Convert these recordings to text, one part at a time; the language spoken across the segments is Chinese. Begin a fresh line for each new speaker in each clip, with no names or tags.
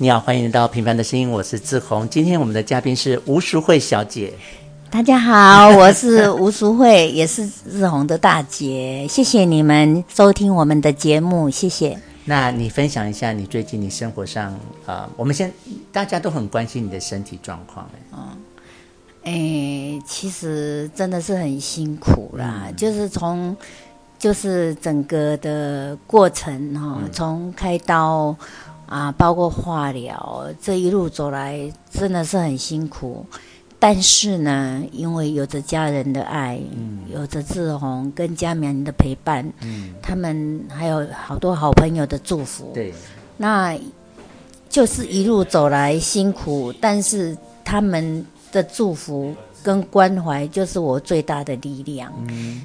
你好，欢迎到《平凡的声音》，我是志宏。今天我们的嘉宾是吴淑慧小姐。
大家好，我是吴淑慧，也是日红的大姐。谢谢你们收听我们的节目，谢谢。
那你分享一下你最近你生活上啊、呃我们现大家都很关心你的身体状况、哎
哎，其实真的是很辛苦啦，就是从就是整个的过程哈、从开刀啊，包括化疗，这一路走来真的是很辛苦。但是呢，因为有着家人的爱，有着志宏跟家人的陪伴，他们还有好多好朋友的祝福，
对，
那就是一路走来辛苦，但是他们的祝福跟关怀就是我最大的力量。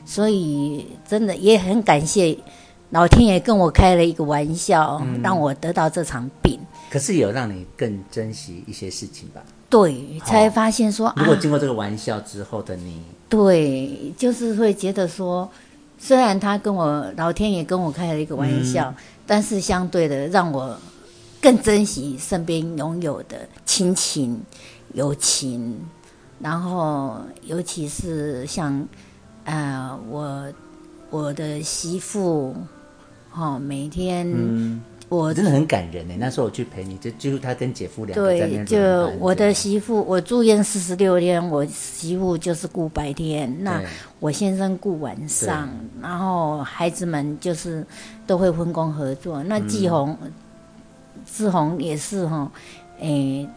所以真的也很感谢老天爷跟我开了一个玩笑，让我得到这场病。
可是有让你更珍惜一些事情吧？
对，才发现说、
如果
啊，
经过这个玩笑之后的你，
对，就是会觉得说，虽然他跟我老天爷跟我开了一个玩笑，
嗯
但是相对的让我更珍惜身边拥有的亲情、友情，然后尤其是像呃我我的媳妇，哦，每天、
嗯
我
真的很感人呢。欸那时候我去陪你，就就是他跟姐夫两个在那
对，
边
就
轮班
我
这
的
样
媳妇，我住院四十六天，我媳妇就是顾白天，那
对
我先生顾晚上，然后孩子们就是都会分工合作。那季红、
嗯
志宏也是哈，诶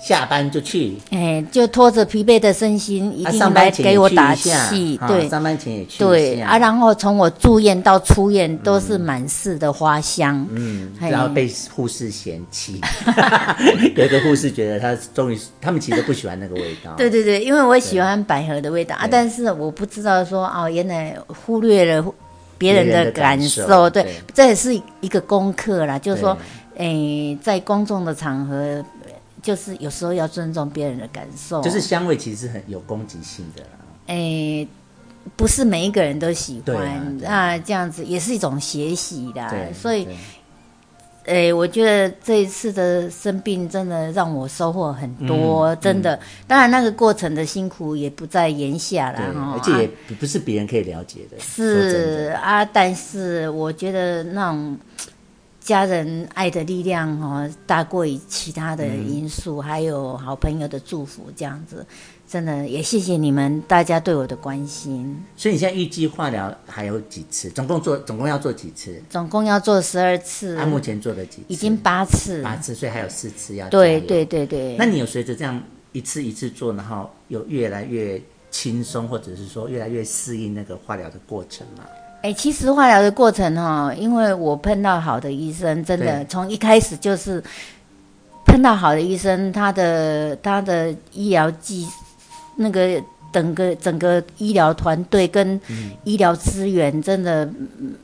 下班就去，
诶，就拖着疲惫的身心，一
啊，
定
上
来
班前也
给我
去
打
一
气
下，啊
对。
上班前也去一
对
下
啊，然后从我住院到出院都是满室的花香，嗯
嗯然后被护士嫌弃， 有一个护士觉得他终于，他们其实都不喜欢那个味道。
对对对，因为我喜欢百合的味道啊，
对
但是我不知道说哦，原来忽略了别人
别人
的
的感
感
受
受，对
对，
这也是一个功课啦，就是说，
对
诶，在公众的场合，就是有时候要尊重别人的感受，
就是香味其实很有攻击性的啦。
诶。不是每一个人都喜
对
欢，
啊对
那这样子也是一种学习啦。
对，
哎所以，
对
诶，我觉得这一次的生病真的让我收获很
嗯
多，真的。当然，那个过程的辛苦也不在言下啦
对，，
哈。
而
啊
且也不不是别人可以了解的。说真的
是啊，但是我觉得那种家人爱的力量哦，大过于其他的因素，还有好朋友的祝福，这样子，真的也谢谢你们大家对我的关心。
所以你现在预计化疗还有几次？总共做总共要做几次？
总共要做十二次，
他、啊目前做了几次？
已经八次。
八次，所以还有四次要。
对对。对对
那，你有随着这样一次一次做，然后有越来越轻松，或者是说越来越适应那个化疗的过程吗？
哎，其实化疗的过程哦，因为我碰到好的医生，真的
对
从一开始就是碰到好的医生，他的他的医疗技那个整个整个医疗团队跟医疗资源，真的、嗯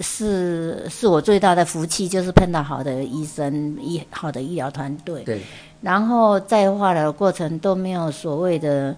是是我最大的福气，就是碰到好的医生、医好的医疗团队。
对，
然后在化疗的过程都没有所谓的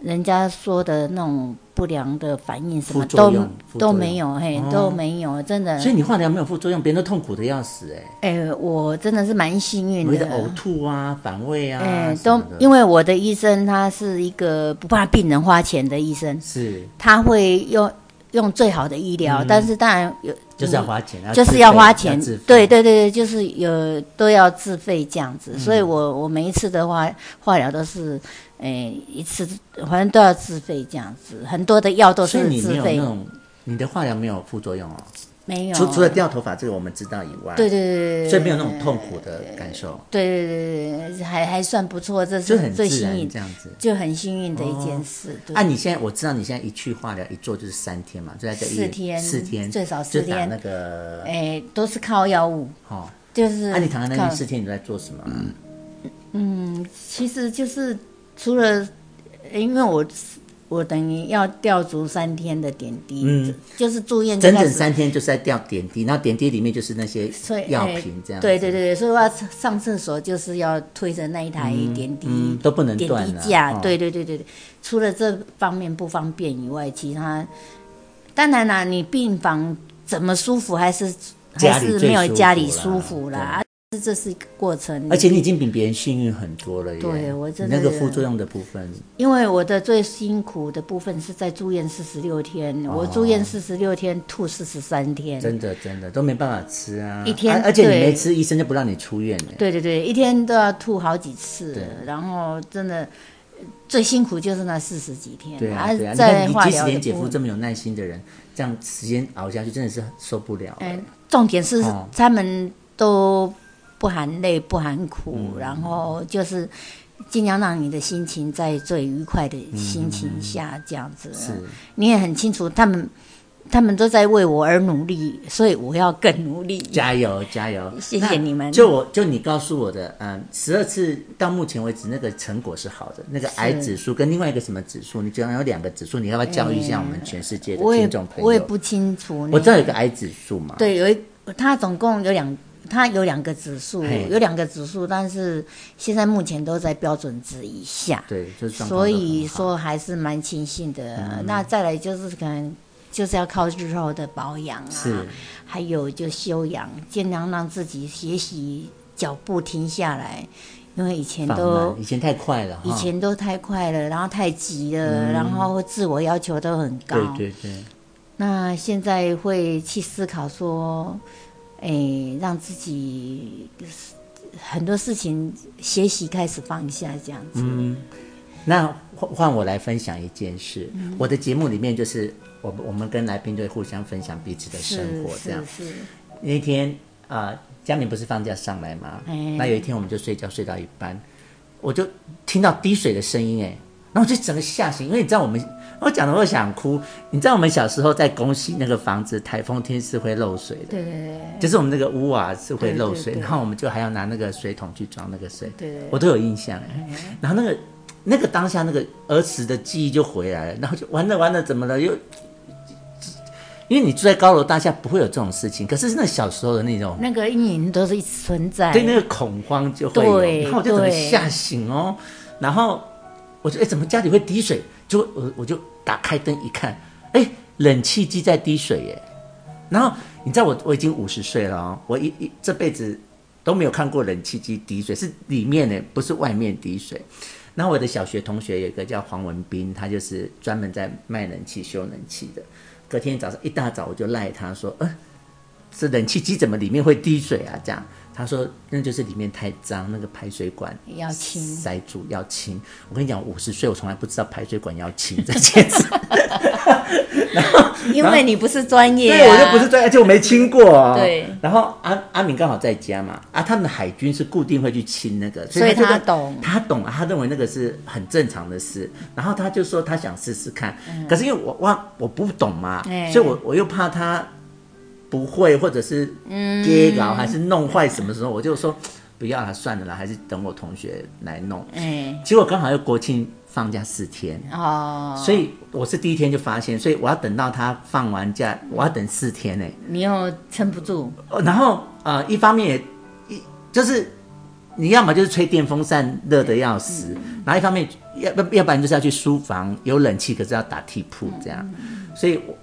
人家说的那种不良的反应，什么
副作
都
用副作
都
用
没有，嘿，都没有，真的
所。以你化疗没有副作用，别人都痛苦的要死哎、
哎，我真的是蛮幸运
我
的
的。呕吐啊、反胃啊，
哎，
什
都
么的
因为我的医生他是一个不怕病人花钱的医生，
是
他会用用最好的
嗯
医疗，但是当然有
就是要花钱，
嗯就是
自
要
费
花钱
自费，
对对对对，就是有都要自费这样子，所以
嗯
我我每一次的话化疗都是，诶、一次反正都要自费这样子，很多的药都
所以
是
你没
自
有
费
那，种你的化疗没有副作用哦，
没有，
除除了掉头发这个我们知道以外，
对对对对
所以没有那种痛苦的感受，
对对对对，还还算不错，这
就是很
最
自
幸
然
运
这，样子。
就很幸运的一件事。对
啊，你现在我知道你现在一去化疗一做就是三天嘛，就在这一
四天
四天
最少
就
四天
打那个
诶、都是靠药物，
哦，
就是
那你躺在那
靠
里四天你都在做什么啊？
其实就是除了，呃因为我我等于要吊足三天的点滴，
嗯
就是住院就
整
开
整
始
三天就是在吊点滴，然后点滴里面就是那些
所以
药
哎
品这样子，
对对对对，所以我要上厕所就是要推着那一台点滴、
嗯都不能
点
断
滴
了
架，
哦
对对对对对。除了这方面不方便以外，其他当然啦，你病房怎么舒服还是
家
还
里最
是没有
舒
家
服
里
啦
舒服啦。
对
啊这是一个过程，
而且你已经比别人幸运很多了耶。
对我真
你
的
那个副作用的部分，
因为我的最辛苦的部分是在住院四十六天，我住院四十六天，吐四十三天，
哦真的真的都没办法吃啊。
一天
啊而且你
对
没吃，医生就不让你出院了。
对对对，一天都要吐好几次
对，
然后真的呃最辛苦就是那四十几天，
对啊，对啊，你
在
看你
化
即使
疗
连
的
姐
部
夫
分
这么有耐心的人，这样时间熬下去真的是受不了。
嗯，重点是
哦
他们都不含泪不含苦，
嗯
然后就是尽量让你的心情在最愉快的心情下这样子。
是，
你也很清楚他们。他们都在为我而努力，所以我要更努力。
加油加油！
谢谢
那
你们
就我就你告诉我的，嗯，十二次到目前为止那个成果是好的，那个癌指数跟另外一个什么指数，你居然有两个指数，你要不要教育一下我们全世界的
我也
听众朋友？
我也不清楚那个。
我知道有个癌指数嘛，，
对，有一它总共有两，它有两个指数
嘿，
有两个指数，但是现在目前都在标准值以下，
对，就是状况
所
都
以
很好嗯
说还是蛮庆幸的。那再来就是可能就是要靠日后的保养啊
是，
还有就修养，尽量让自己学习脚步停下来，因为以前
放
都
慢，哦以前太快了，哈
以前都太快了，然后太急了，然后自我要求都很高，
嗯对对对，
那现在会去思考说，诶，让自己很多事情学习开始放下这样子。
嗯那换换我来分享一件事，
嗯
我的节目里面就是我们我们跟来宾就会互相分享彼此的生
是
活这样
是。是，
那天啊，佳、明不是放假上来吗？
哎
那有一天我们就睡觉睡到一半，我就听到滴水的声音，哎，然后我就整个吓醒，因为你知道我们，我讲的我想哭。你知道我们小时候在公西那个房子，台风天是会漏水的，
对对对
就是我们那个屋瓦是会漏水，
对对对
然后我们就还要拿那个水桶去装那个水，
对对
我都有印象。哎然后那个那个当下那个儿时的记忆就回来了，然后就完了完了，怎么了又？因为你住在高楼大厦，不会有这种事情。可是那小时候的那种，
那个阴影都是一直存在。
对那个恐慌就会有，
对
然后我就整个
对
吓醒哦。然后我就哎，怎么家里会滴水？就我我就打开灯一看，哎，冷气机在滴水耶。然后你知道我我已经五十岁了哦，我一一这辈子都没有看过冷气机滴水，是里面呢，不是外面滴水。然后我的小学同学有一个叫黄文斌，他就是专门在卖冷气、修冷气的。隔天早上一大早我就赖他说，呃，这冷气机怎么里面会滴水啊？这样他说那就是里面太脏，那个排水管
要清
塞住要清。我跟你讲，五十岁我从来不知道排水管要清这件事，
因为你不是专业、啊，
对我就不是专业，而且我没清过、哦。
对。
然后阿阿敏刚好在家嘛，啊，他们的海军是固定会去清那个，
所以
他
他
就
懂
他懂，啊他认为那个是很正常的事，然后他就说他想试试看，可是因为我我我不懂嘛，
嗯哎
所以我我又怕他不会，或者是
嗯
跌搞、还是弄坏什么时候，我就说不要了，算了啦，还是等我同学来弄。
哎、
结果刚好又国庆放假四天，
哦，
所以我是第一天就发现，所以我要等到他放完假，我要等四天呢、
你又撑不住，
哦然后啊、呃一方面也一就是你要么就是吹电风扇热的要死，然后一方面要不要不然就是要去书房有冷气，可是要打地铺这样，所以我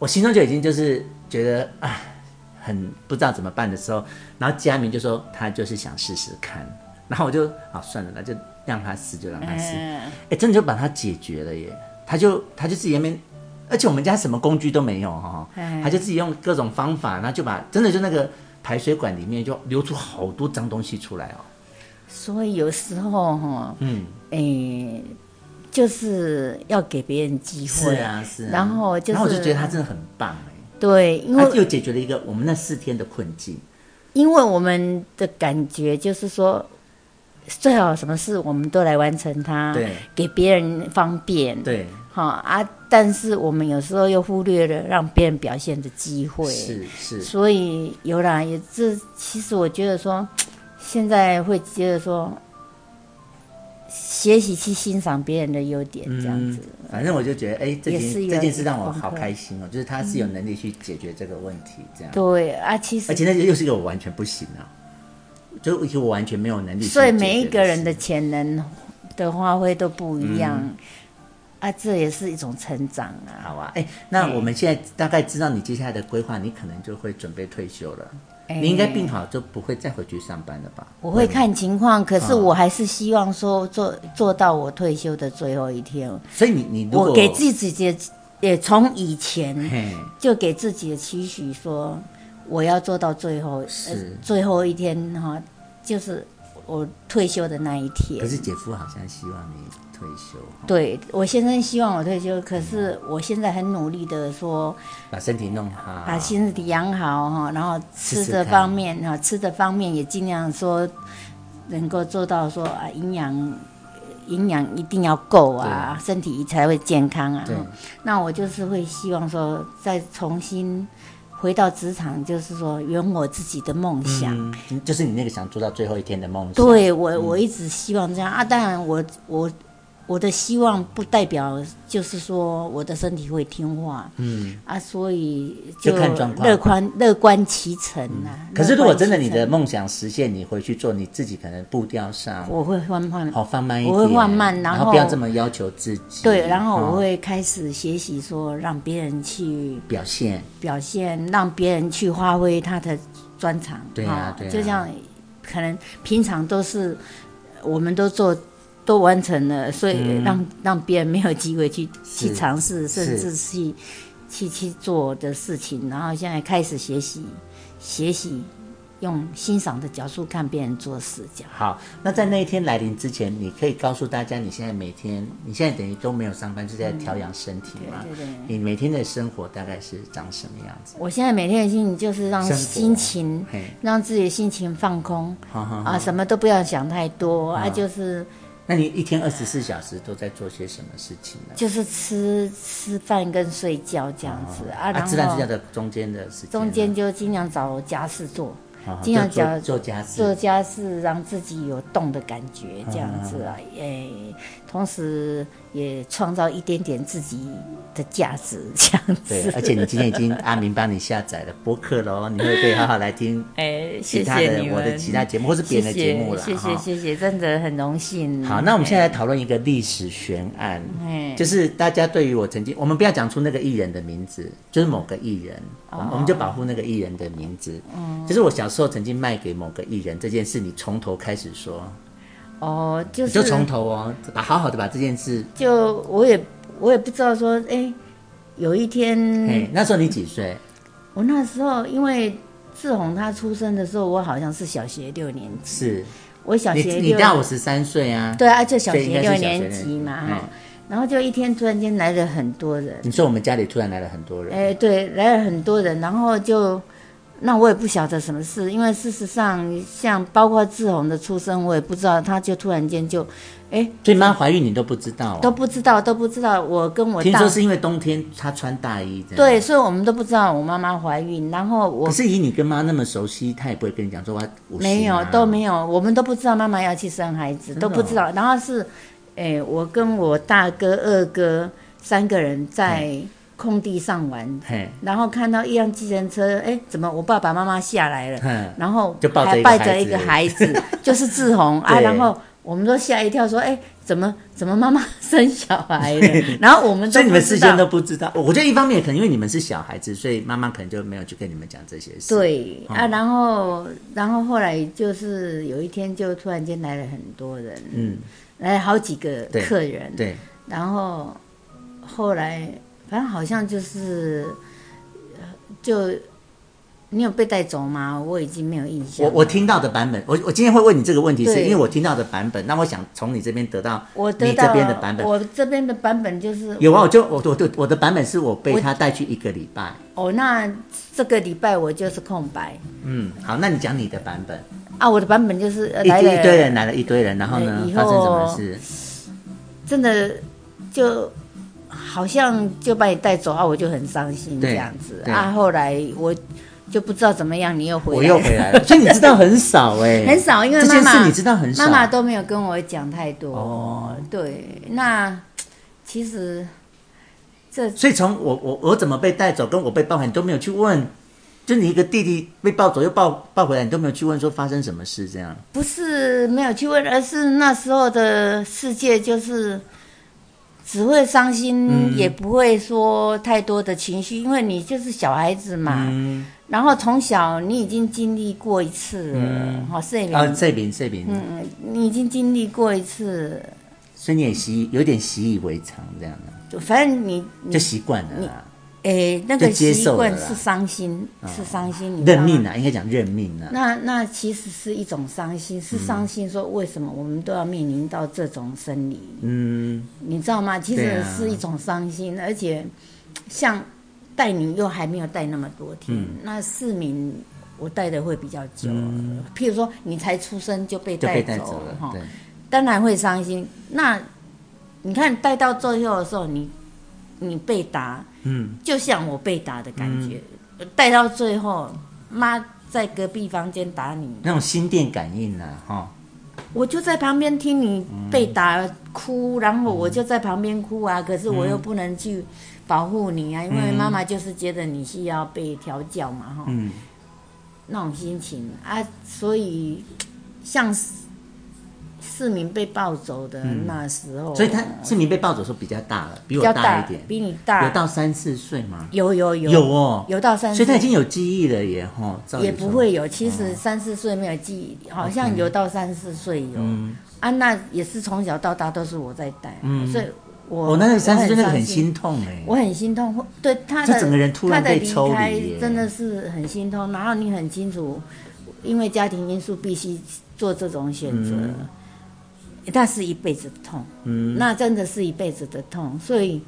我心中就已经就是觉得啊很不知道怎么办的时候，然后佳明就说他就是想试试看，然后我就啊算了，那就让他试就让他试，哎、
嗯，
真的就把他解决了耶，他就他就自己在那边。而且我们家什么工具都没有哈、
哎
他就自己用各种方法，然后就把真的就那个排水管里面就流出好多脏东西出来哦。
所以有时候哈，
嗯，
哎、就是要给别人机
是
会，
啊，是啊。
然后就是
然后我就觉得他真的很棒哎，
对，因为
他又解决了一个我们那四天的困境。
因为我们的感觉就是说，最好什么事我们都来完成它，
对，
给别人方便，，
对，
好啊。但是我们有时候又忽略了让别人表现的机会，
是是，
所以有啦，也这其实我觉得说，现在会觉得说，学习去欣赏别人的优点，这样子，
反正我就觉得哎，这
也是
件
一个
这件事让我
功课
好开心哦，就是他是有能力去解决这个问题这样，
对啊，其实
而且那又是一个我完全不行啊，就一个我完全没有能力去解决事。
所以每一个人的潜能的发挥都不一样、
嗯
啊，这也是一种成长啊。
好啊，哎，那我们现在大概知道你接下来的规划，你可能就会准备退休了。
哎
你应该病好就不会再回去上班了吧？
我会看情况，可是我还是希望说做做到我退休的最后一天。
所以你你如果
我给自己的，也从以前
嘿
就给自己的期许说，我要做到最后，呃
是，
最后一天哈、就是我退休的那一
可
天。
是姐夫好像希望你退休，
对我先生希望我退休，可是我现在很努力的说，
把身体弄好，
把身体养好哈，然后吃
啊试试
的
看
方面哈，吃的方面也尽量说能够做到说啊，营养营养一定要够啊，身体才会健康啊
对。
那我就是会希望说，再重新回到职场，就是说圆我自己的梦想。
嗯，就是你那个想做到最后一天的梦想。
对我，
嗯
我一直希望这样啊。当然我，我我的希望不代表就是说我的身体会听话，嗯啊，所以
就看状况嗯
乐观乐观其成啊。
可是如果真的
乐观
你
其成
的梦想实现，你回去做你自己可能步调上，
我会慢慢
好放慢一点，
我会放慢然
然
后
不要这么要求自己。
对，然后
哦
我会开始学习说让别人去
表现，
表现，让别人去发挥他的专长。
对啊对啊
就像可能平常都是我们都做都完成了，所以让、让别人没有机会去
是
去尝试，甚
嗯是
至去去去做的事情。然后现在开始学习学习，用欣赏的角度看别人做事，这样。
好，那在那一天来临之前，你可以告诉大家，你现在每天，你现在等于都没有上班，是在调养身体嘛？
对对对
你每天的生活大概是长什么样子？
我现在每天的心情就是让
生活
哦心情
嘿
让自己的心情放空
好好好
啊，什么都不要想太多啊，就是。
那你一天二十四小时都在做些什么事情呢？
就是吃吃饭跟睡觉这样子、啊，然
吃饭睡觉
后
的中间的时间呢，
中间就尽量找家事做，
好好
尽量
啊就做
找
做家
做
事，
家事让自己有动的感觉这样子啊，诶、同时也创造一点点自己的价值这样
对 呃
子。，
而且你今天已经阿明帮你下载了播客了哦，你会可以好好来 听
哎，谢
其他的
谢你们，
我的其他节目或是别人的节目了
谢
哈
谢谢谢谢谢，真的很荣幸。
好，那我们现在来讨论一个历史悬案，
哎
就是大家对于我曾经，我们不要讲出那个艺人的名字，就是某个艺人，我
哦
们我们就保护那个艺人的名字。
嗯
就是我小时候曾经卖给某个艺人这件事，你从头开始说，
哦，就
你
是
就从头哦，把好好的把这件事。
就我也我也不知道说，哎，有一天
哎，那时候你几岁？
我那时候因为志宏他出生的时候，我好像是小学六年级，
是
我小
你
学
你
六
大我十三岁啊。
对啊，就小
所以应该
学
是
六
小学
年级嘛
六年级
哈
嗯。
然后就一天突然间来了很多人，
你说我们家里突然来了很多人，
哎，对，来了很多人，然后就。那我也不晓得什么事，因为事实上，像包括志宏的出生，我也不知道，他就突然间就
所以妈怀孕你都不知道、
都
哦。
不知道，都不知道。我跟我
听
大
说是因为冬天她穿大衣这样。
对，。所以我们都不知道我妈妈怀孕，然后我
可是以你跟妈那么熟悉，她也不会跟你讲说我要五十、啊。
没有，都没有，我们都不知道妈妈要去生孩子，
的哦
都不知道。然后是，哎、我跟我大哥、二哥三个人在
嗯
空地上玩，
嘿，
然后看到一辆计程车，哎、怎么我爸爸妈妈下来了？
嗯
然后
就抱着
还
一个
抱
孩
着一
子
个 孩子，就是志宏啊。
对
然后我们都吓一跳，说：“哎、怎么怎么妈 妈生小孩 了？”然后我们都
所以你们
不知
事先
道
都不知道，我我觉得一方面也可能因为你们是小孩子，所以妈妈可能就没有去跟你们讲这些事。，
对
嗯
啊，然后然后后来就是有一天就突然间来了很多人，
嗯，
来了好几个
对
客人，
对，
然后后来反正好像就是呃就你有被带走吗？我已经没有印象
我
了。
我听到的版本，我我今天会问你这个问题，是
对
因为我听到的版本，那我想从你这边得到
我
你
得到
这边的版本。
我这边的版本就是
有啊，我就我我我我的版本是我被他带去一个礼拜。
哦，那这个礼拜我就是空白
嗯，好，那你讲你的版本，
啊，我的版本就是呃
一
来
堆
了
一堆人来了一堆人，然后呢
对以
发
后
生什么事？
真的就好像就把你带走啊，我就很伤心
对
这样子
对
啊。后来我就不知道怎么样，你又回来，
我又回来了，所以你知道很少哎、
很少，因为
这
妈
件
妈
事你知道很少，
妈妈都没有跟我讲太多。
哦
对，那其实这
所以从我我我怎么被带走，跟我被抱回来，你都没有去问。就你一个弟弟被抱走又抱抱回来，你都没有去问说发生什么事这样。
不是没有去问，而是那时候的世界就是只会伤
嗯
心，也不会说太多的情绪，因为你就是小孩子嘛。
嗯，
然后从小你已经经历过一次了，哦好、睡
啊，
眠，
这边这边，
嗯，你已经经历过一次，
所以你也习有点习以为常这样的，
就反正你你
就习惯了啦，
诶、那个
就接
习
受了
惯
啦
是伤心，是伤心，你知道
认
吗
命啊，应该讲认命啊。
那那其实是一种伤心，
嗯
是伤心说为什么我们都要面临到这种生理，
嗯，
你知道吗？其
对
实
啊
是一种伤心，而且像带你又还没有带那么多天，
嗯
那市民我带的会比较久，譬如说你才出生就被
嗯就
带
被带
走
走了
哈，，
对，
当然会伤心。那你看带到最后的时候，你你被打，
嗯，
就像我被打的感觉，呃带到最后，妈在隔壁房间打你，
那种心电感应啊，哈，
我就在旁边听你被打哭，然后我就在旁边哭
嗯
啊。可是我又不能去保护你啊，因为妈妈就是觉得你是要被调教嘛，哈、
嗯，
那种心情啊，所以像市市民被抱走的那时候，
嗯所以他志明被抱走的时候比较大了，比
哦比
我
较
大一点，
比你
有
大，
到三四岁吗？
有有有
有哦，
有到三
所
十
以他已经有记忆了耶，哈，照理
也不
说，
会有，其
哦
实三四岁没有记忆，好像有到三四岁有。
嗯
啊，那也是从小到大都是我在带，啊所以我
哦我那个三四岁那个
很
很
伤
心痛哎，
我很心痛，或对他
这
的
整个人突然
他的
被抽离
开
耶
真的是很心痛。然后你很清楚，因为家庭因素必须做这种选择，
嗯
那是一辈子的痛，嗯，那真的是一辈子的痛。所以，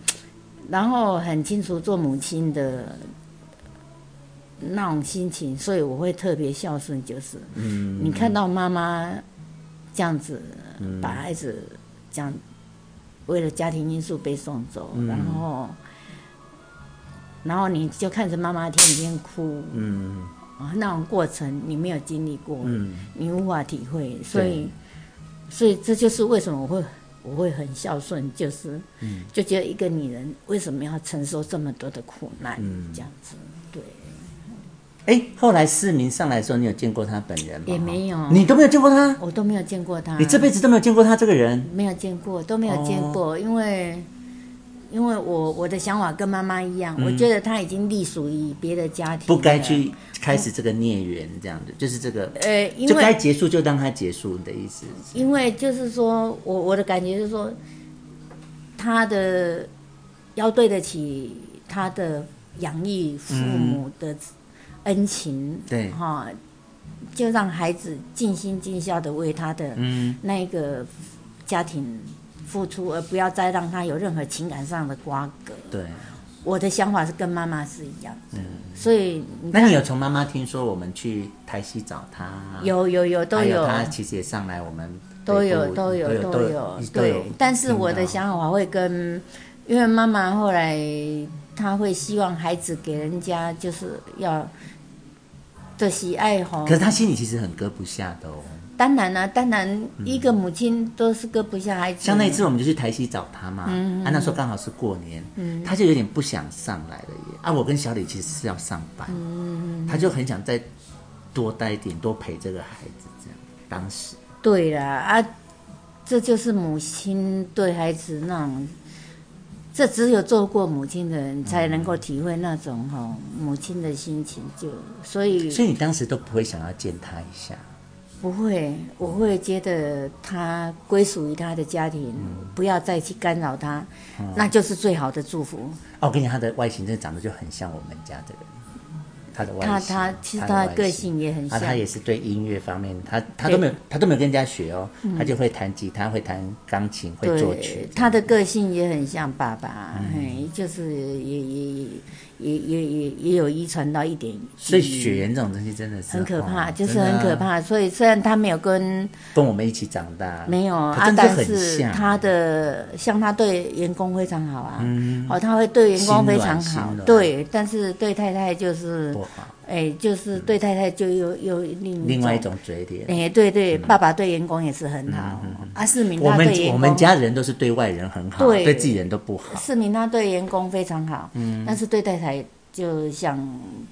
然后很清楚做母亲的那种心情，所以我会特别孝顺，就是，嗯，你看到妈妈这样子把孩子这样。为了家庭因素被送走，
嗯
然后然后你就看着妈妈天天哭，
嗯
啊，那种过程你没有经历过，
嗯，
你无法体会，所以，所以这就是为什么我会我会很孝顺，就是，
嗯
就觉得一个女人为什么要承受这么多的苦难，
嗯
这样子，对，
哎，后来市民上来的时候，你有见过他本人吗？
也没有嗯
哈你都没有见过他，
我都没有见过她，
你这辈子都没有见过他这个人，
没有见过，都没有见过，
哦
因为。因为我我的想法跟妈妈一样，我觉得她已经隶属于别的家庭了，
嗯不该去开始这个孽缘，这样子，就是这个。
呃，因
就
为
该结束就让他结束你的意思，
因为就是说我我的感觉就是说，他的要对得起他的养育父母的恩情，
嗯对
哈、就让孩子尽心尽孝的为他的
嗯
那一个家庭付出，而不要再让他有任何情感上的瓜葛。
嗯对。
我的想法是跟妈妈是一样的，所以
嗯
你
那你有从妈妈听说我们去台西找他？
有有有都
还有
有
他其实也上来我们
都
北部嗯
有都有
都
都
有
有
都
对
有，
但是我的
听到
想法会跟，因为妈妈后来她会希望孩子给人家就是要的喜爱吼
可。是他心里其实很搁不下的哦。
当然了、当然一个母亲都是搁不下孩子。
像那一次我们就去台西找他
嗯
嘛，啊那时候刚好是过年，他就有点不想上来了耶。啊，我跟小李其实是要上
嗯
班，他就很想再多待一点，多陪这个孩子这样。当时
对啦啊，这就是母亲对孩子那种，这只有做过母亲的人才能够体会那种吼、母亲的心情就，所以
所以你当时都不会想要见他一下，
不会，我会觉得他归属于他的家庭，不要再去干扰他，
嗯
那就是最好的祝福。
哦，我跟你讲，他的外形真的长得就很像我们家的人，他的外
他
形，
他其实
的
他
外
的个
形
性也很
啊，
像，
他也是对音乐方面，他他都没有，他都没有跟人家学哦，他就会弹吉他，会弹钢琴，会作曲
嗯
嗯
对，。他的个性也很像爸爸，嘿，就是也也也也也也有遗传到一点，
所以血缘这种东西真的是
很可怕，
哦
就是
真的
很
啊
可怕。所以虽然他没有跟
跟我们一起长大，
没有
可
啊，
真的
但
很
是
像
他的像他对员工非常好啊，哦，他会对员工
心
非
软
常
嗯心
好，
软
对，但是对太太就是
不好，
哎，就是对太太就又又另
嗯另外一，种嗯嘴脸。
哎，对对，爸爸对员工也是很好，啊，市民
嗯我
他
们
对员
我们
工，
家人都是对外人很好，
对
对自己人都不好。
市民他对员工非常好，嗯，但是对太太就像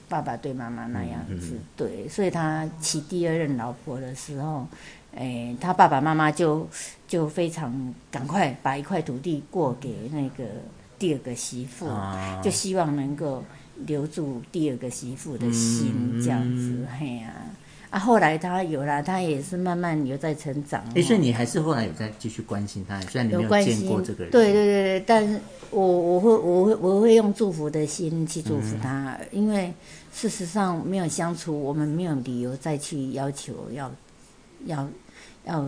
爸爸对妈妈那样
嗯
子，对，所以他娶第二任老婆的时候，哎，他爸爸妈妈就就非常赶快把一块土地过给那个第二个媳妇，
啊
就希望能够留住第二个媳妇的
嗯
心，这样子，嘿呀、啊，后来他有了，他也是慢慢有在成长。哦
哎，所以你还是后来有在继续关心他，虽然你嗯
有
没
关
见
心
过这个人，
对对对对，但是我我会我会我会用祝福的心去祝
嗯
福他，因为事实上没有相处，我们没有理由再去要求要要要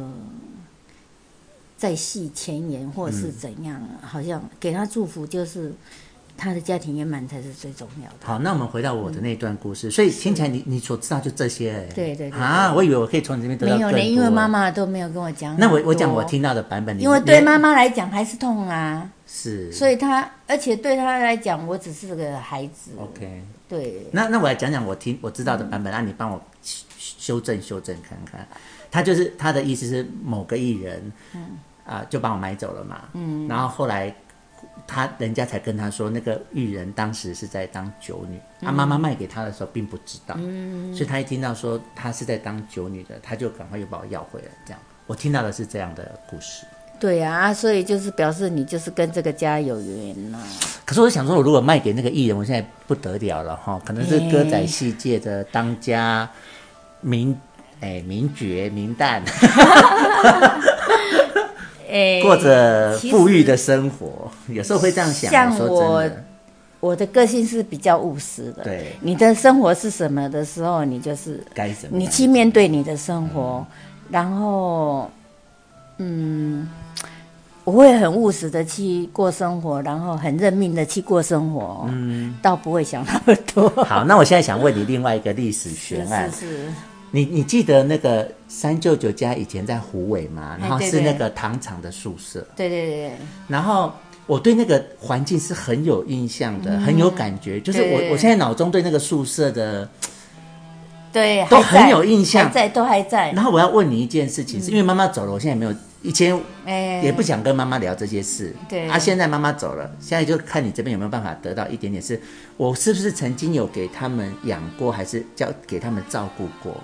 再续前缘或
嗯
是怎样，好像给他祝福就是他的家庭圆满才是最重要的。
好，那我们回到我的那段故事，所以听起来你你所知道就这些而已，
嗯对对对
啊，我以为我可以从你这边得到
没有呢，
更
因为
多
妈。妈都没有跟我讲很多。
那我我讲我听到的版本，你
因为对
你
妈妈来讲还是痛啊，
是，
所以她，而且对她来讲，我只是个孩子。
OK，
对，
那那我来讲讲我听我知道的版本，那、你帮我修修正修正看看。他就是他的意思是某个艺人，啊、就把我买走了嘛，嗯，然后后来他人家才跟他说，那个艺人当时是在当酒女，他、妈妈卖给他的时候并不知道，嗯，所以他一听到说他是在当酒女的，他就赶快又把我要回来，这样。我听到的是这样的故事，
对啊，啊所以就是表示你就是跟这个家有缘呐、
可是我想说，我如果卖给那个艺人，我现在不得了了哈，可能是歌仔戏界的当家名，哎，名角名旦，
哎
过着
其实
富裕的生活，有时候会这样想。
像
说真
我
的，
我的个性是比较务实的。
对
你的生活是什么的时候，你就是
该怎么
你
样？
去面对你的生活，然后，嗯，我会很务实的去过生活，然后很认命的去过生活，嗯，倒不会想那么多。
好，那我现在想问你另外一个历史悬案
是，是，
你你记得那个三舅舅家以前在虎尾吗？然后
对
是
对
那个糖厂的宿舍，
哎对对对，
然后我对那个环境是很有印象的，很有感觉，就是我
嗯对
我现在脑中对那个宿舍的。
对，
都
还在
很有印象
还在都还在。
然后我要问你一件事
嗯
情，是因为妈妈走了，我现在没有，以前
哎，
也不想跟妈妈聊这些事。
对
啊，现在妈妈走了，现在就看你这边有没有办法得到一点点是，我是不是曾经有给他们养过，还是叫给他们照顾过？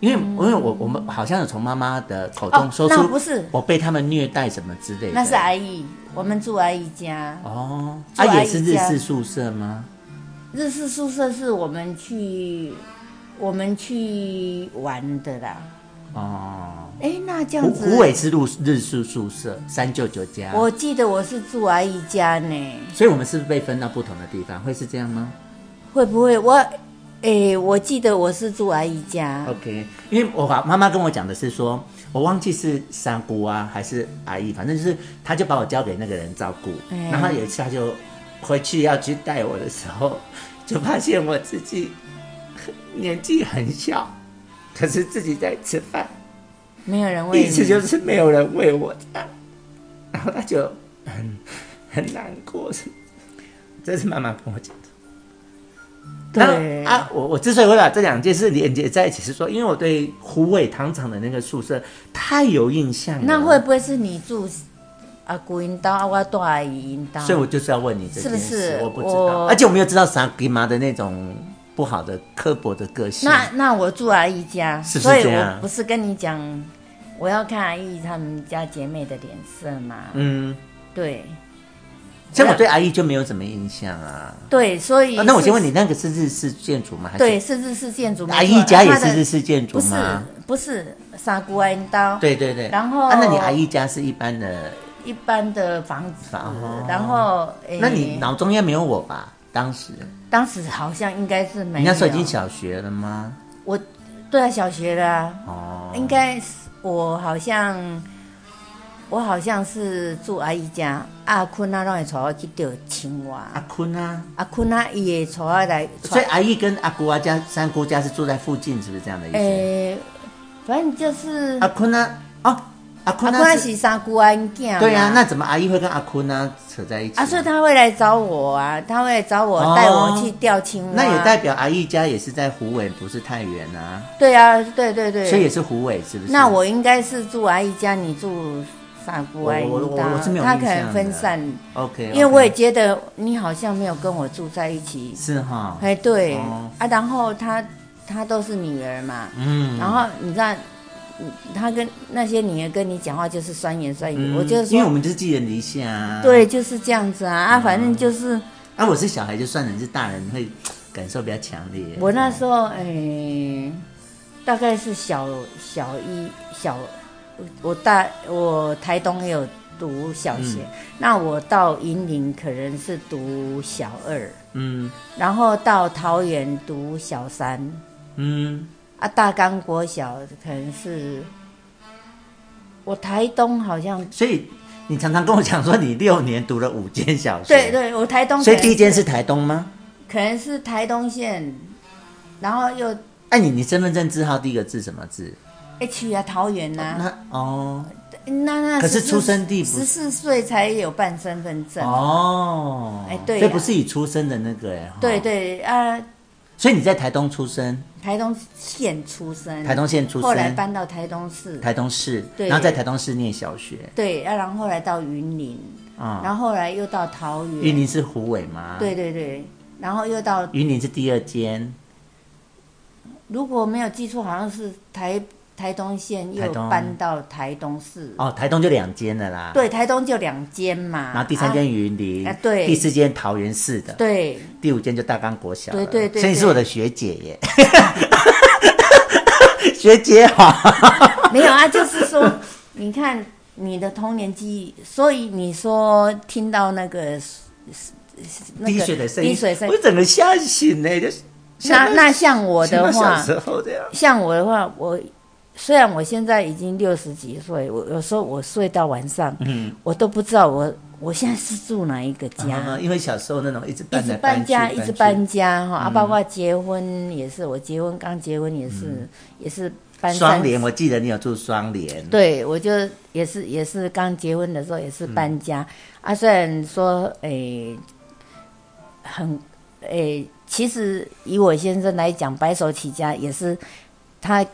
因为、因为我我们好像有从妈妈的口中
哦
说
那
出，
不是
我被他们虐待什么之类的。
那是阿姨，我们住阿姨家。
哦，
住
啊
阿
也
姨
是日
家
式宿舍吗？
日式宿舍是我们去我们去玩的啦。
哦，
哎，那这
虎
样子
虎，尾是入日式宿舍，三舅舅家。
我记得我是住阿姨家呢，
所以我们是不是被分到不同的地方？会是这样吗？
会不会我？哎，我记得我是住阿姨家。
OK，因为我把妈妈跟我讲的是说，我忘记是三姑啊还是阿姨，反正就是她就把我交给那个人照顾。
嗯
然后有一次她就回去要去带我的时候， 就发现我自己年纪很小，可是自己在吃饭，
没有人
意
喂
思
你，
就是没有人喂我这样，然后她就很很难过，是这是妈妈跟我讲的。
对
那啊，我我之所以会把这两件事连接在一起，是说因为我对虎尾糖厂的那个宿舍太有印象了，
那会，不会是你住阿姑引导，啊我住阿姨引导？
所以我就是要问你这件事，
是不是
我不知道，
我
而且我们又知道傻姨妈的那种不好的刻薄的个性，
那那我住阿姨家，
是不是
所以
这样
我不是跟你讲，我要看阿姨她们家姐妹的脸色嘛。
嗯，
对
像我对阿姨就没有什么印象啊。
对，所以、
啊那我先问你，，那个是日式建筑吗？还是
对，是日式建筑没错，
阿姨家也是
她的
日式建筑
不是
吗？
不是砂锅阿刀，
对对对。
然后
啊，那你阿姨家是一般的，
一般的房子，
房哦
然后诶
那你脑中应该没有我吧？当时
当时好像应该是没
你
有，
那时候已经小学了吗？
我对啊，小学了、啊，
哦，
应该是我好像。我好像是住阿姨家，阿坤啊，让会带我去钓青蛙。
阿坤啊，
阿坤啊，伊会带我来，
所以阿姨跟阿姑啊家、三姑家是住在附近，是不是这样的意思？
诶、反正就是
阿坤呢？哦，阿
阿
坤
坤啊
呢？
是三姑安囝嘛
对呀、啊，那怎么阿姨会跟阿坤呢扯在一起？
啊，所以他会来找我啊，他会来找我，带、我去钓青蛙。
哦那也代表阿姨家也是在湖尾，不是太原啊，
对啊，对对对。
所以也是湖尾，是不是？
那我应该是住阿姨家，你住三姑安
我我我我是没有
他
印
可能
象
分
的
散，
OK，,
因为我也觉得你好像没有跟我住在一起。
是哈，
哎，对、
哦
啊，然后他他都是女儿嘛，
嗯，
然后你知道，嗯他跟那些女儿跟你讲话就是酸言酸语，
嗯
我就是
因为我
说，
们就是寄人篱下、啊，
对，就是这样子啊啊，反正就是
啊，我是小孩就算了，你是大人会感受比较强烈。
我那时候诶、大概是小小一小，我大我台东也有读小学，
嗯
那我到银林可能是读小二，
嗯
然后到桃园读小三，
嗯
啊，大冈国小可能是。我台东好像，
所以你常常跟我讲说你六年读了五间小学，
对对，我台东可
所以
能，
第一间是台东吗？
可能是台东县，然后又
哎、你你身份证字号第一个字什么字？
H 啊桃园呐、
那哦
那那
可是
14
出生地不
十四岁才有办身份证。
哦，
哎对呀
所以不是以出生的那个哎，哈
对，对啊，
所以你在台东出生，
台东县出生，
台东县出生
嗯后来搬到台东市。
台东市，
对
然后在台东市念小学
对，啊，然后后来到云林，
啊，
然后后来又到桃园。
云林啊是虎尾吗？，
对对对，然后又到，
云林是第二间，
如果没有记错，好像是台台东县
台
又
东
搬到台东市。
哦，台东就两间了啦，，
对，台东就两间嘛。
然后第三
啊
间云林，
啊对
第四间桃园市的，
对，
第五间就大冈国小了，
对对对
所以你是
对
我的学姐耶， 学姐好，
没有啊，就是说，你看你的童年记忆，所以你说听到那个那个
滴水的声音，
滴水声
我，整个吓醒呢，就是
那那像我
像
的
小
话，
时候这样，
像我的话，我虽然我现在已经六十几岁，我有时候我睡到晚上，
嗯。
我都不知道我我现在是住哪一个家。
啊，因为小时候那种一直
一
搬
直
来
搬
去，
家，一直搬家哈，啊，
嗯
包括结婚也是，我结婚刚结婚也是，也是搬
去。
三
嗯双联，我记得你有住双联，
对，我就也是也是刚结婚的时候也是搬家、
嗯
啊，虽然说诶、很诶、其实以我先生来讲，白手起家也是他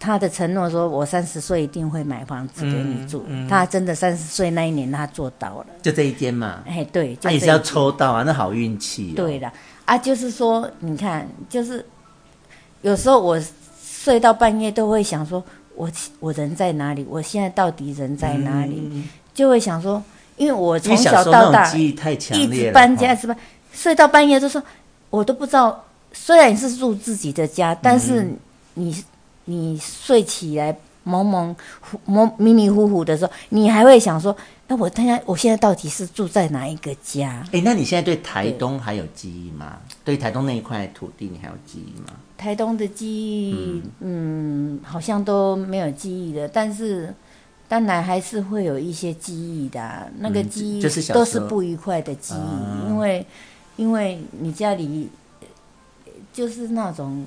他的承诺说，我三十岁一定会买房子给你住，
嗯嗯
他真的三十岁那一年他做到了，
就这一间嘛。
哎，对，就
那、也
这
是要
一
抽到啊，那好运气、哦。
对，了啊，就是说，你看，就是有时候我睡到半夜都会想说，我我人在哪里？我现在到底人在哪里？就会想说，因为我
嗯因为
从
小
小
时候那
到
种
大
记忆太强
一
烈
直
了。
搬家，
哦
是吧？睡到半夜都说，我都不知道。虽然你是住自己的家，但是
嗯
你、你睡起来蒙蒙糊蒙迷迷糊糊的时候，你还会想说，哎、我现在我现在到底是住在哪一个家？
哎、那你现在对台东还有记忆吗？对台东那一块土地，你还有记忆吗？
台东的记忆，嗯好像都没有记忆的，但是当然还是会有一些记忆的啊、那个
嗯
记忆
就就是小时候
都是不愉快的记忆，
啊
因为因为你家里呃就是那种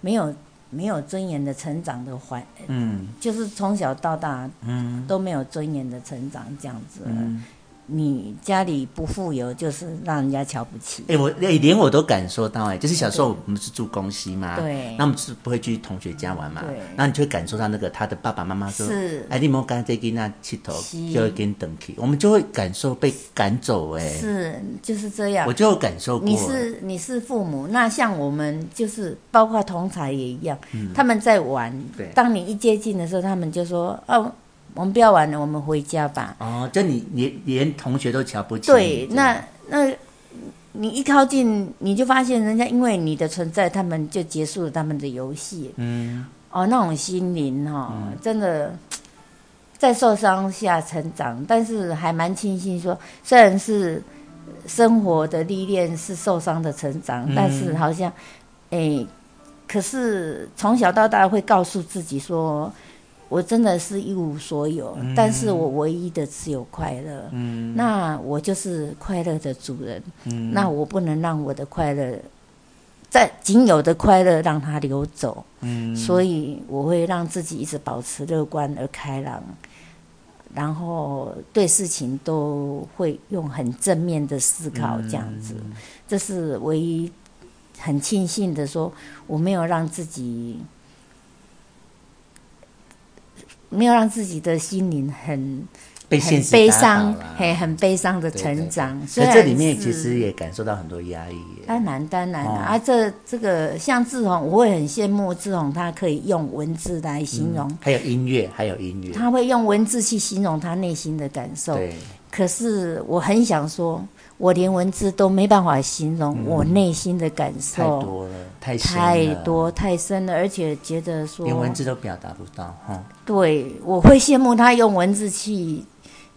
没有没有尊严的成长的环，
嗯
就是从小到大
嗯
都没有尊严的成长这样子。
嗯。
你家里不富有，就是让人家瞧不起。
哎、我哎、连我都感受到哎、就是小时候我们是住公司嘛，
对
那我们是不会去同学家玩嘛
对，
那你就会感受到那个他的爸爸妈妈说，
是
哎，你莫跟这囡仔佚佗，
是
就会跟等去，我们就会感受被赶走哎、
是，就是这样
我。就有感受过。
你是你是父母，那像我们就是包括同才也一样，他们在玩
对。
当你一接近的时候，他们就说：“哦，我们不要玩了，我们回家吧。
哦，就你连连同学都瞧不”起你。
对，
这样
那那你一靠近，你就发现人家因为你的存在，他们就结束了他们的游戏。
嗯，
哦，那种心灵哈、哦，真的。在受伤下成长，但是还蛮庆幸说，虽然是生活的历练是受伤的成长，
嗯
但是好像，诶、可是从小到大会告诉自己说，我真的是一无所有，
嗯
但是我唯一的只有快乐。嗯，那我就是快乐的主人。嗯，那我不能让我的快乐，在仅有的快乐让它流走。嗯，所以我会让自己一直保持乐观而开朗。然后对事情都会用很正面的思考，这样子，这是唯一很庆幸的说，我没有让自己没有让自己的心灵很
被
很
现实
悲
打倒
伤
啦，
嘿，很悲伤的
对
成长。
对对所
虽
以
然
这里面其
是
实也感受到很多压抑耶。
当然，当然啊，
哦
啊这这个像志宏，我会很羡慕志宏，他可以用文字来形容，
还有音乐，还有音乐，
他会用文字去形容他内心的感受。
对，
可是我很想说，我连文字都没办法形容我内心的感
太
受，
多了，嗯太深
太
了，
多太深了，而且觉得说，
连文字都表达不到哈。
对，我会羡慕他用文字去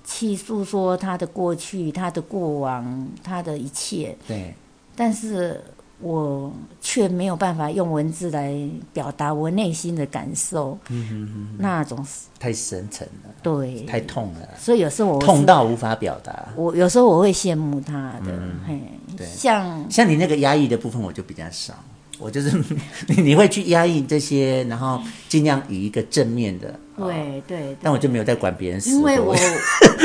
去诉说他的过去、他的过往、他的一切，
对，
但是我却没有办法用文字来表达我内心的感受，那种是
太深沉了，
对，
太痛了，
所以有时候我是
痛到无法表达。
我有时候我会羡慕他的，
对
嘿，像
像你那个压抑的部分，我就比较少。我就是 你你会去压抑这些，然后尽量以一个正面的，
对对对，
但我就没有在管别人死活。
因为我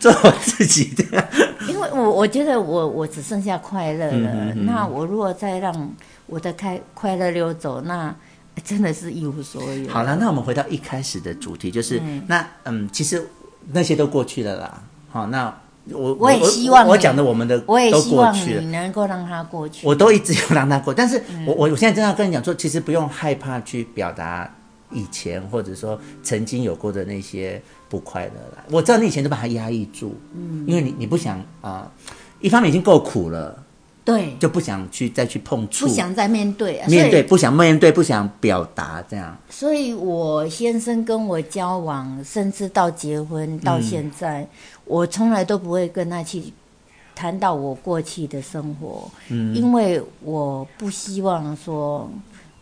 做我自己的，
因为我我觉得我我只剩下快乐了，
嗯
那我如果再让我的开快乐溜走，那 真的是一无所有。
好了，那我们回到一开始的主题，就是、那嗯，其实那些都过去了啦。好，那我
我也希望
我
你
讲的我们的
我也
都
希
过
望
去
你嗯
了。
能够让它过去。
我都一直有让他过，但是我我我现在正要跟你讲说，其实不用害怕去表达以前或者说曾经有过的那些不快乐啦。我知道你以前都把它压抑住，嗯，因为你你不想啊、一方面已经够苦了，
对，
就不想去再去碰触，
不想再面对，啊
面对，不想面对，不想表达这样。
所以。所以我先生跟我交往，甚至到结婚
嗯
到现在，我从来都不会跟他去谈到我过去的生活，
嗯
因为我不希望说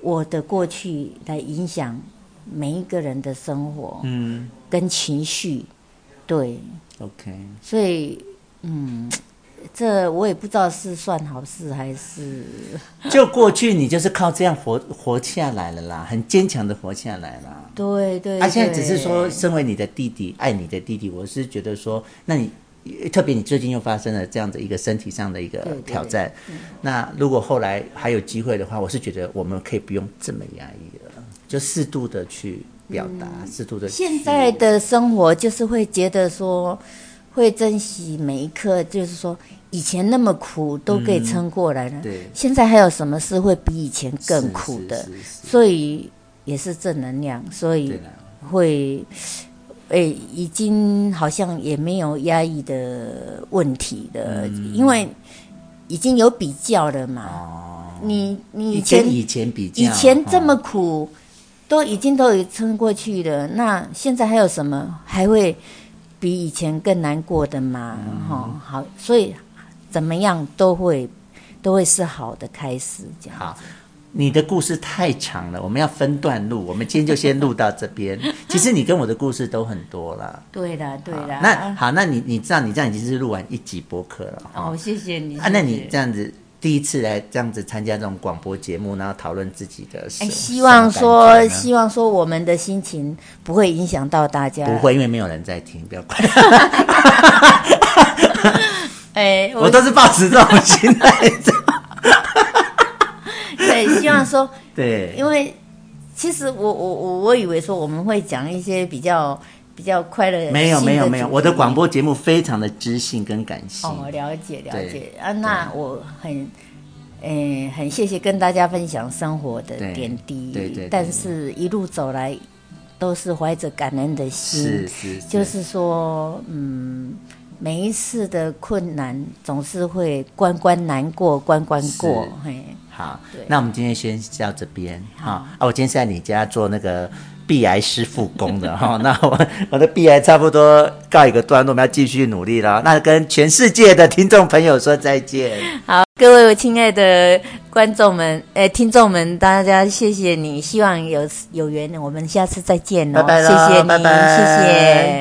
我的过去来影响每一个人的生活，
嗯
跟情绪，对，
，OK，
所以，嗯，这我也不知道是算好事还是
就过去你就是靠这样活活下来了啦，很坚强的活下来啦。
对对。
啊，现在只是
对
说，身为你的弟弟，爱你的弟弟，我是觉得说，那你特别你最近又发生了这样的一个身体上的一个
对对嗯
挑战，那如果后来还有机会的话，我是觉得我们可以不用这么压抑了，就适度的去表达，适度的。
嗯现在的生活就是会觉得说，会珍惜每一刻，就是说以前那么苦都可以撑过来了，
嗯对
现在还有什么事会比以前更苦的？
是是是是
所以也是正能量，所
对
以
啦
会。诶、已经好像也没有压抑的问题了，
嗯
因为已经有比较了嘛。你你以前
跟哦以前比较，
以前这么
哦
苦，都已经都有撑过去了，那现在还有什么还会比以前更难过的吗？哈、好，所以怎么样都会都会是好的开始，这样。
好。你的故事太长了，我们要分段录。我们今天就先录到这 边。其实你跟我的故事都很多啦。
对啦，对啊啦。
那好，那你你知道你这样已经是录完一集播客了哈、
哦，谢谢你。
啊，那
谢
你
谢
这样子第一次来这样子参加这种广播节目，然后讨论自己的事，
哎，希望说，
什么感觉呢
希望说我们的心情不会影响到大家。
不。会，因为没有人在听，不要管。
哎， 我
我都是抱持这种心 态的。
对，希望说。
对，
因为其实我我我我以为说我们会讲一些比较比较快乐的
没有
新的
没有没有，
主题
我的广播节目非常的知性跟感性。
哦，了解了解
对
啊，那我很。诶，很谢谢跟大家分享生活的
对
点滴，
对对对
但是一路走来都是怀着感恩的心
是，是，
就是说，嗯，每一次的困难总是会关关难过，关关过
是，
嘿，
好
对。
那我们今天先到这边哈。啊，我今天是在你家做那个。鼻癌师傅工的哈、 那我我的鼻癌差不多告一个段落，我们要继续努力了。那跟全世界的听众朋友说再见。
好，各位亲爱的观众们，呃，听众们，大家谢谢你，希望有有缘，我们下次再见哦，
拜拜
谢
喽
谢你，
拜拜
谢谢。